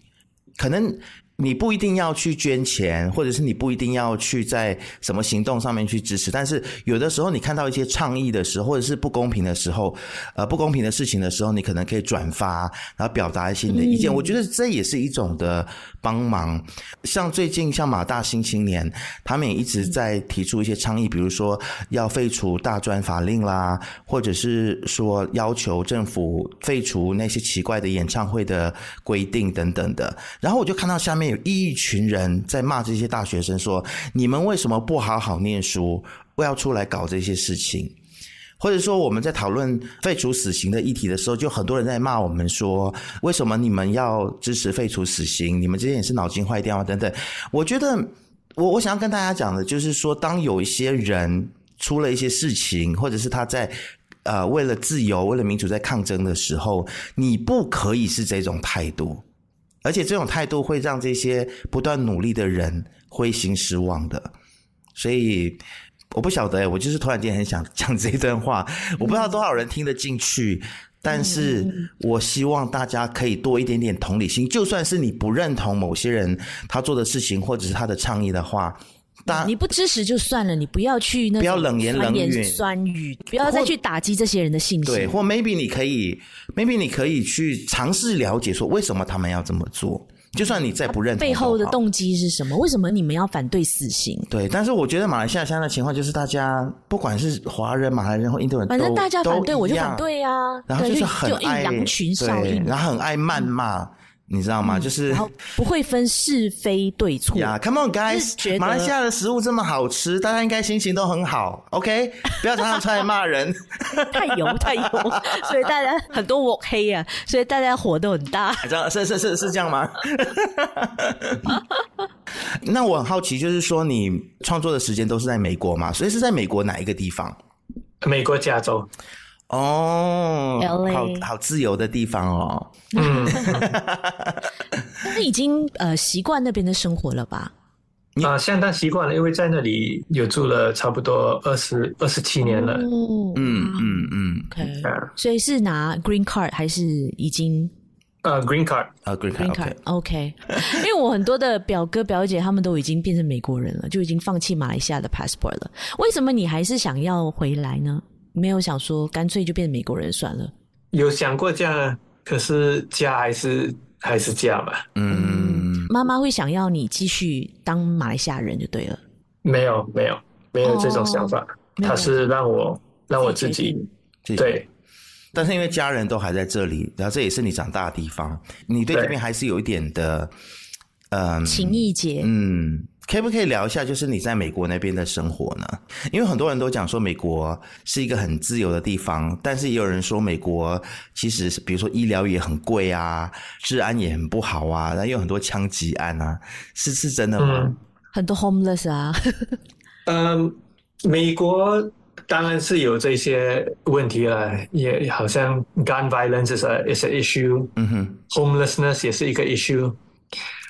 可能你不一定要去捐钱，或者是你不一定要去在什么行动上面去支持，但是有的时候你看到一些倡议的时候，或者是不公平的时候，呃，不公平的事情的时候，你可能可以转发，然后表达一些你的意见。我觉得这也是一种的帮忙。像最近像马大新青年，他们也一直在提出一些倡议，比如说要废除大专法令啦，或者是说要求政府废除那些奇怪的演唱会的规定等等的。然后我就看到下面有一群人在骂这些大学生说：“你们为什么不好好念书，不要出来搞这些事情？”或者说我们在讨论废除死刑的议题的时候，就很多人在骂我们说，为什么你们要支持废除死刑？你们这些也是脑筋坏掉啊等等。我觉得我我想要跟大家讲的就是说，当有一些人出了一些事情，或者是他在。呃，为了自由、为了民主在抗争的时候，你不可以是这种态度，而且这种态度会让这些不断努力的人灰心失望的。所以我不晓得、欸，我就是突然间很想讲这一段话，我不知道多少人听得进去。但嗯是我希望大家可以多一点点同理心，就算是你不认同某些人他做的事情或者是他的倡议的话， 大嗯你不支持就算了，你不要去那种不要冷言冷语酸言酸语，不要再去打击这些人的信心。对，或 maybe 你可以，maybe 你可以去尝试了解说为什么他们要这么做，就算你再不认同背后的都好动机是什么？为什么你们要反对死刑？对，但是我觉得马来西亚现在的情况就是，大家不管是华人、马来人或印度人，反正都大家反都对，一我就样反对啊。然后对就是很就一爱羊群效对应，然后很爱谩骂，你知道吗？就是然后不会分是非对错。呀、c o m on 是觉 guys，得马来西亚的食物这么好吃，大家应该心情都很好，OK？不 要常常出来骂人。太油太油， 所以大家很多我黑啊，所以大家火都很大。 这样是是是是这样吗？ 那我很好奇，就是说你创作的时间都是在美国嘛？所以是在美国哪一个地方？美国加州，哦 LA 好好自由的地方哦。Hmm. 嗯，那已经呃习惯那边的生活了吧？啊、相当习惯了，因为在那里有住了差不多二十二十七年了。哦嗯嗯嗯， ，OK。啊所以是拿 green card 还是已经呃，Green Card，啊，Green green Card，OK card？OK，、因为我很多的表哥表姐他们都已经变成美国人了，就已经放弃马来西亚的 passport 了。为什么你还是想要回来呢？没有想说干脆就变美国人算了。有想过这样，可是家还是还是家嘛，嗯，妈妈会想要你继续当马来西亚人就对了。没有没有没有这种想法，哦没有他是让我让我自自己决这己对但是因为家人都还在这里，然后这也是你长大的地方，你对对这边还是有一点的，嗯情意结，嗯，可以不可以聊一下，就是你在美国那边的生活呢？因为很多人都讲说美国是一个很自由的地方，但是也有人说美国其实是比如说医疗也很贵啊，治安也很不好啊，然后有很多枪击案啊，是是真的吗？嗯很多 homeless 啊，嗯，美国当然是有这些问题了，也好像 gun violence is a is a issue，homelessness 嗯哼，也是一个 issue，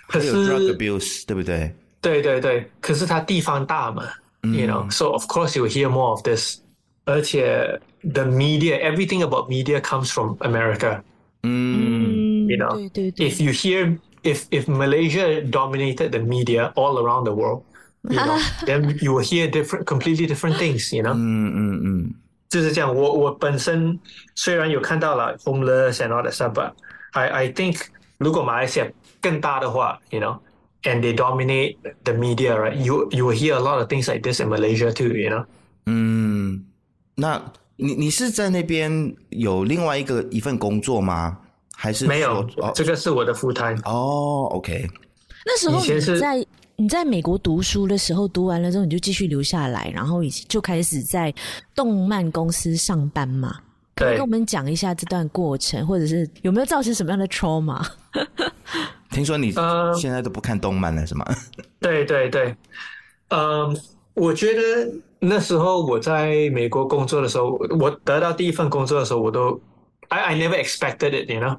可还有 drug 是 abuse，对不对？对对对，可是它地方大嘛， you know so of course you'll hear more of this 而且 the media everything about media comes from america 嗯 You know, 对对对 if you hear if if malaysia dominated the media all around the world you know then you will hear different completely different things you know 嗯嗯就是这样，我我本身虽然有看到了 homeless and all that stuff, but I I think 如果马来西亚更大的话，you know，and they dominate the media, right? You you will hear a lot of things like this in Malaysia too, you know. 嗯，那你你是在那边有另外一个一份工作吗？还是哦没有说，这个是我的 full time。哦？OK，那时候以前你是在你在美国读书的时候，读完了之后你就继续留下来，然后已就开始在动漫公司上班嘛？可以对跟我，们讲一下这段过程，或者是有没有造成什么样的 trauma？听说你呃现在都不看动漫了是吗？对对对，嗯，我觉得那时候我在美国工作的时候，我得到第一份工作的时候，我都 I I never expected it, you know.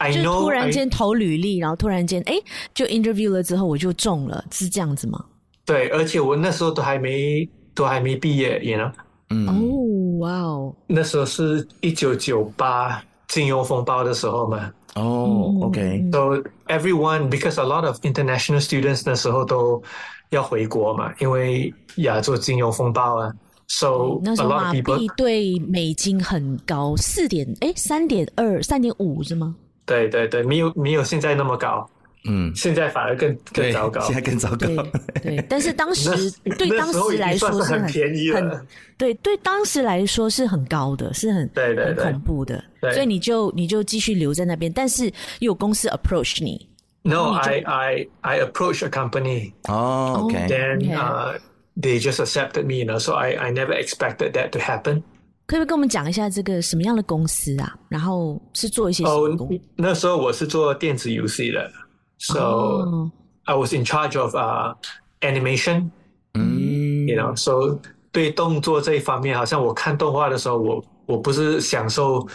I 就是 know 哎突 I- 然间投履历，然后突然间哎、诶就 interview 了之后我就中了，是这样子吗？对，而且我那时候都还没都还没毕业，you know，嗯哦，哇哦，那时候是一九九八金融风暴的时候嘛。哦嗯 OK， So everyone, because a lot of international students 那时候都要回国嘛，因为亚洲金融风暴啊。So 那时 a 候 lot 马 of people，币对美金很高，四点哎三点二三点五是吗？对对对，没有没有现在那么高，嗯，现在反而更更对糟糕。现在更糟糕 对。对，但是当时那对那当时候时已经来说算是很很便宜了很对对当时来说是很高的，是很对对对很恐怖的，对所以你就你就继续留在那边，但是有公司 approach 你， No, I I I approached a company, 哦，OK， then Okay. uh they just accepted me, you know. So I I never expected that to happen. 可不可以跟我们讲一下这个什么样的公司啊？然后是做一些什哦么工？，那时候我是做电子游戏的，so、哦 I was in charge of uh animation，you 嗯 know，so 对动作这一方面，好像我看动画的时候，我我不是享受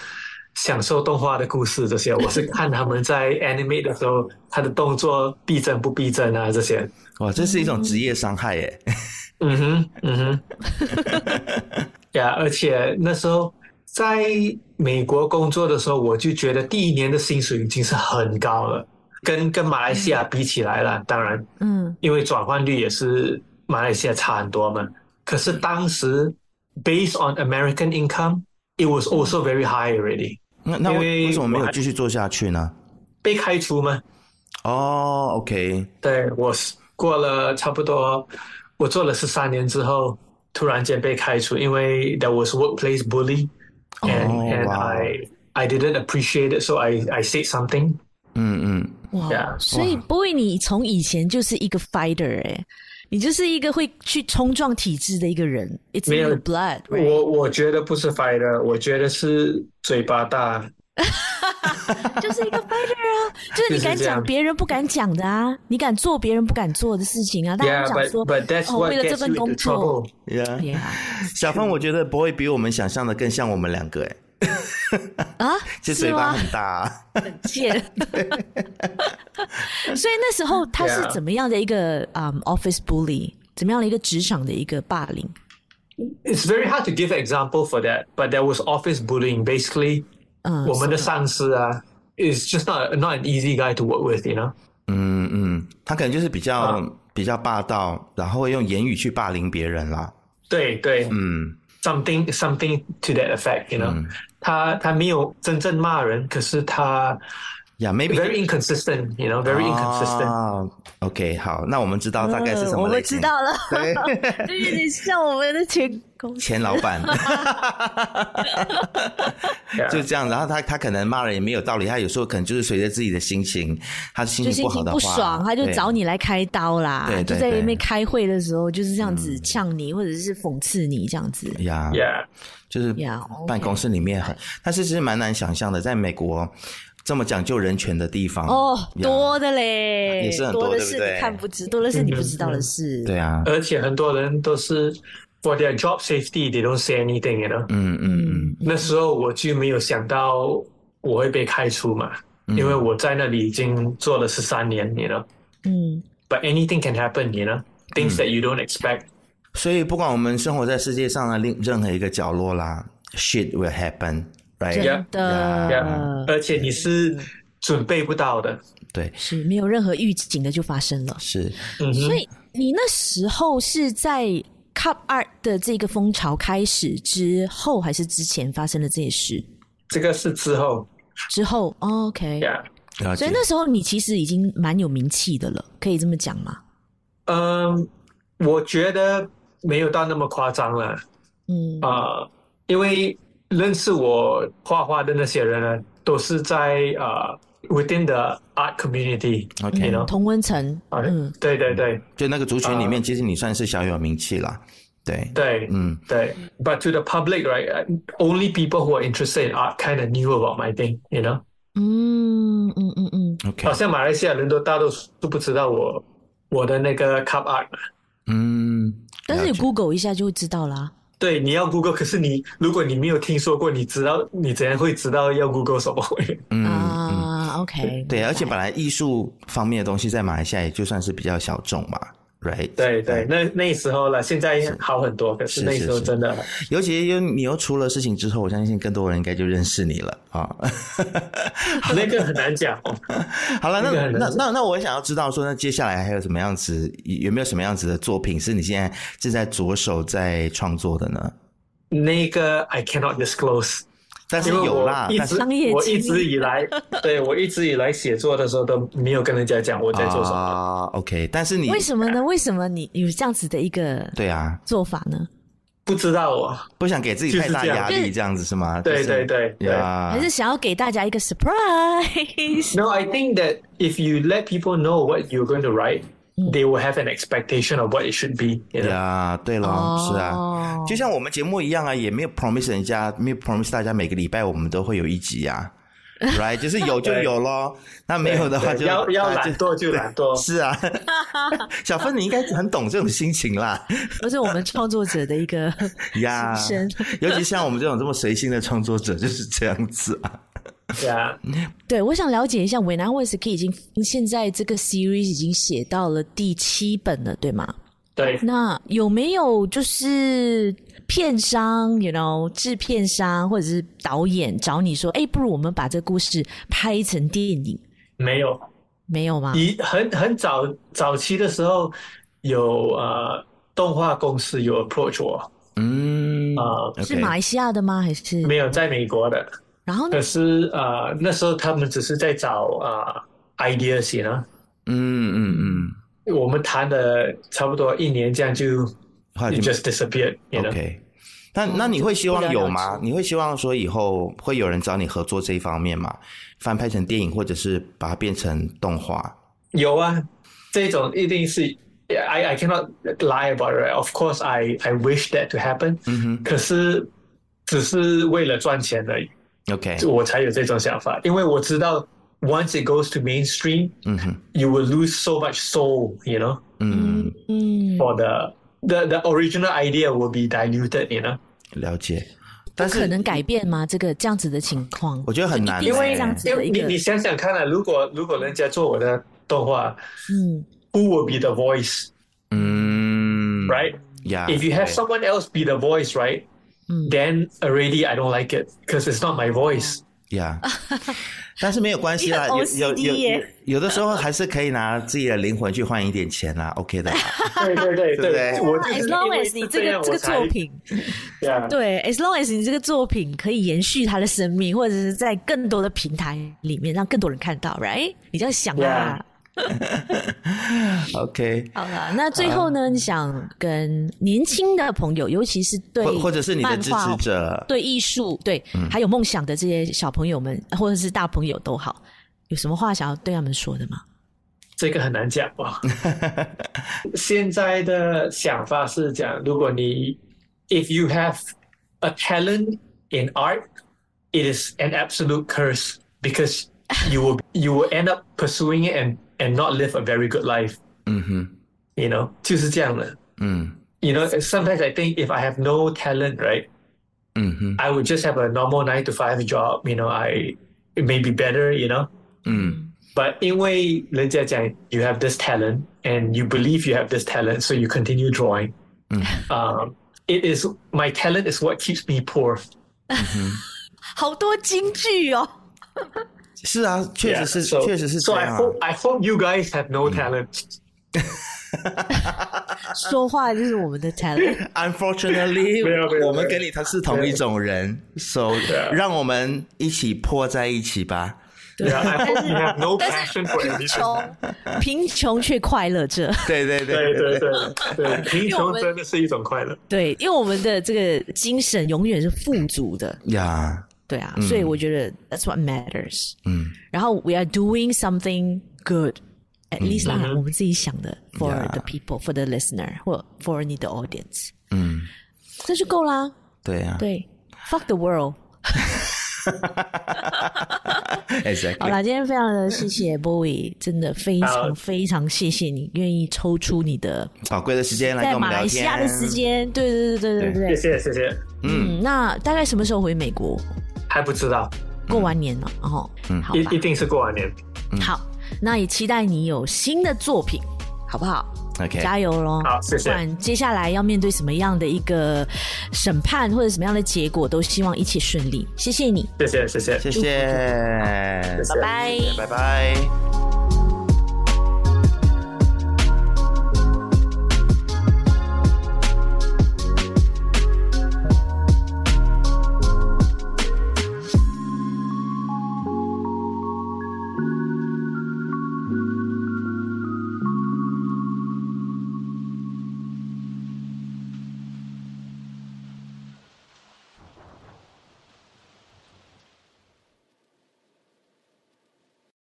享受动画的故事这些，我是看他们在 animate 的时候，他的动作逼真不逼真啊这些。哇，这是一种职业伤害耶。嗯哼，嗯哼，呀，而且那时候在美国工作的时候，我就觉得第一年的薪水已经是很高了，跟跟马来西亚比起来了，当然，嗯，因为转换率也是马来西亚差很多嘛。可是当时 based on American income, it was also very high already，那那因为为为什么没我有还继续做下去呢？被开除嘛。哦，OK，对，我是过了差不多，我做了十三年之后，突然间被开除，因为 there was workplace bully and 哦 and 哇 I I didn't appreciate it, so I I said something. 嗯嗯，哇 Yeah，所以不会你从以前就是一个 fighter 哎、你就是一个会去冲撞体制的一个人，it's in 没有 your blood，、right? 我我觉得不是 fighter，我觉得是嘴巴大。就是一个 fighter 啊，就是你敢就是这讲样别人不敢讲的啊，你敢做别人不敢做的事情啊。大家 Yeah, 都想 but 说 but that's 哦， what 为了这 gets 份 you 工 into 作 trouble. ，Yeah， ，yeah 小芳，我觉得 boy 比我们想象的更像我们两个哎， 啊，这是嘴巴吗？很大啊。很 贱。所以那时候他是 Yeah 怎么样的一个嗯、office bully，怎么样的一个职场的一个霸凌？ It's very hard to give an example for that, but there was office bullying. Basically, 嗯，我们的上司啊，is just not not an easy guy to work with, you know. 嗯嗯，他可能就是比较、啊比较霸道，然后会用言语去霸凌别人啦。对对，嗯 something something to that effect, you know、他他没有真正骂人，可是他，Yeah maybe very inconsistent, you know, very inconsistent. 啊 OK，好，那我们知道大概是什嗯我么们类型。知道了，对，就有点像我们的前公司。 前老板 Yeah 就这样，然后他他可能骂人也没有道理，他有时候可能就是随着自己的心情，他心就情心不好情的话，不爽，他就对找你来开刀啦。对对嗯就在那边开会的时候，就是这样子呛你，或者是讽刺你这样子。呀 Yeah，就是呀，OK 办公室里面很，但是其实蛮难想象的，在美国这么讲究人权的地方哦，呀多的嘞，啊也是很多多的对不是对你看不知，多的是你不知道的事。对啊，而且很多人都是 for their job safety they don't say anything, you know、嗯嗯嗯那时候我就没有想到我会被开除嘛，因为我在那里已经做了十三年，you know。嗯， But anything can happen, you know. Things that you don't expect. 所以不管我们生活在世界上的另任何一个角落啦，shit will happen，right？真的哎 Yeah. 而且你是准备不到的。对，是没有任何预警的就发生了。是嗯哼所，以你那时候是在 Cup Art 的这个风潮开始之后，还是之前发生了这些事？这个是之后之后、哦、，OK，呀。了解所以。那时候你其实已经蛮有名气的了，可以这么讲吗？嗯，我觉得没有到那么夸张了嗯，啊、呃因为认识我画画的那些人呢，都是在啊、呃 within the art community。 OK， know 嗯同温层，啊，嗯，对对对就那个族群里面，其实你算是小有名气啦。对，对嗯，对。But to the public, right? Only people who are interested in art kind of knew about my thing, you know. 嗯嗯嗯嗯， OK，好像马来西亚人都大多数不知道我我的那个 cup art。嗯，但是了你解 Google 一下就会知道啦。对，你要 Google，可是你如果你没有听说过，你知道你怎样会知道要 Google 什么？嗯嗯，啊，OK，对，而且本来艺术方面的东西在马来西亚也就算是比较小众嘛，right？对对，那那时候了，现在好很多，可是是那时候是是真的 尤其又你又出了事情之后，我相信更多人应该就认识你了啊。 那个很难讲哦。好了，那这个很那难那那我想要知道说，那接下来还有什么样子，有没有什么样子的作品是你现在正在着手在创作的呢？那个 I cannot disclose，但是因为有我啦，一但是直商业我机密一直以来， 对我一直以来写作的时候都没有跟人家讲我在做什么。啊，OK，但是你为什么呢？为什么你有这样子的一个对啊，做法呢？不知道哦，不想给自己太大压就是力，这样子是吗？对对对对呀还是想要给大家一个 surprise？ No, I think that if you let people know what you're going to write, Mm. they will have an expectation of what it should be. You know? 呀，对咯，是啊。哦就像我们节目一样啊，也没有 promise 人家，没有 promise 大家每个礼拜我们都会有一集 啊，right？就是有就有咯，那没有的话对就要要大家懒就惰就懒惰。是啊， 小芬你应该很懂这种心情 啦，不是我们创作者的一个呀心声。尤其像我们这种这么随性的创作者就是这样子啊，对啊，对，我想了解一下，《维南卫斯 k 已经现在这个 series 已经写到了第七本了，对吗？对，那有没有就是片商，you know，制片商或者是导演找你说，哎，不如我们把这故事拍成电影？没有。没有吗？以很很早早期的时候，有呃动画公司有 approach 我嗯啊、呃 OK 是马来西亚的吗？还是？没有在美国的，然后呢可？是呃那时候他们只是在找啊、呃 ideas 呢。嗯嗯嗯，我们谈了差不多一年，这样就后来 it 就 just disappeared，you know。 OK。那那你会希望有嗯就不了吗了？你会希望说以后会有人找你合作这一方面吗？翻拍成电影，或者是把它变成动画？有啊，这种一定是 I I cannot lie about it. Of course, I I wish that to happen. 嗯可是只是为了赚钱而已，哼，OK，我才有这种想法，因为我知道 once it goes to mainstream, 嗯哼， you will lose so much soul, you know, 嗯，嗯， for the the the original idea will be diluted, you know. 了解。但可是能改变吗？这个这样子的情况我，觉得很难欸，因为这样子因的为一你个，你想想看啊，如果如果人家做我的动画嗯， ，Who will be the voice, 嗯 right? Yeah, If you have Hmm. Ah, okay. someone else be the voice, right? Mm. Then already I don't like it because it's not my voice. Yeah，但是没有关系啦，你有很有 OCD 有有耶有的时候还是可以拿自己的灵魂去换一点钱啦，OK 的啦。 对对对对不对我就 as 是 Hmm. long 因为 as 你这这个样这个我才嗯作，品， yeah 对，as long as 你这个作品可以延续它的生命，或者是在更多的平台里面让更多人看到，right？你这样想啊。 OK，好了，那最后呢？你想跟年轻的朋友，尤其是对或或者是你的支漫画持者，嗯对艺术、对、还有梦想的这些小朋友们，或者是大朋友都好，有什么话想要对他们说的吗？这个很难讲哦。现在的想法是讲，如果你 if you have a talent in art, it is an absolute curse because you will you will end up pursuing it and and not live a very good life. 嗯哼， You know，就是这样的。嗯 You know, sometimes I think if I have no talent, right? 嗯哼， I would just have a normal nine to five job. You know, I it may be better. You know, 嗯 but 因为人家讲 you have this talent and you believe you have this talent, so you continue drawing. 嗯 Um, it is my talent is what keeps me poor. 好多京剧 哦。是啊，确实 Yeah, 是， so, 确实是 So 这 I 样啊。 hope I hope you guys have no talent. 说话就是我们的 talent。 Unfortunately， 没有没有我们跟你他是同一种人，so 让我们一起破在一起 吧。对 Yeah, I hope you have no 但是 passion for 贫 anything. 穷，贫穷却快乐 着。对对对对对对对，贫因为我穷们真的是一种快乐。对，因为我们的这个精神永远是富足的，呀，对啊，所以我觉得 that's what matters。嗯，然后 we are doing something good。At least 啦，我们自己想的，for 嗯 Yeah the people, for the listener，或 for 你的 audience，嗯，这就够啦。对啊呀，对，fuck the world。好，exactly。啦，今天非常的谢谢 Bowie，真的非常好非常谢谢你愿意抽出你的宝贵的时间来跟在我们马聊来西亚的天。时间，对对对对对谢对，谢谢谢，嗯，那大概什么时候回美国？还不知道，过完年了，哦，好吧一一，定是过完年。好，那也期待你有新的作品，好不好 OK 加油喽！好谢谢不管接下来要面对什么样的一个审判或者什么样的结果，都希望一切顺利。谢谢你。谢谢谢 谢，谢谢，谢谢拜拜拜拜。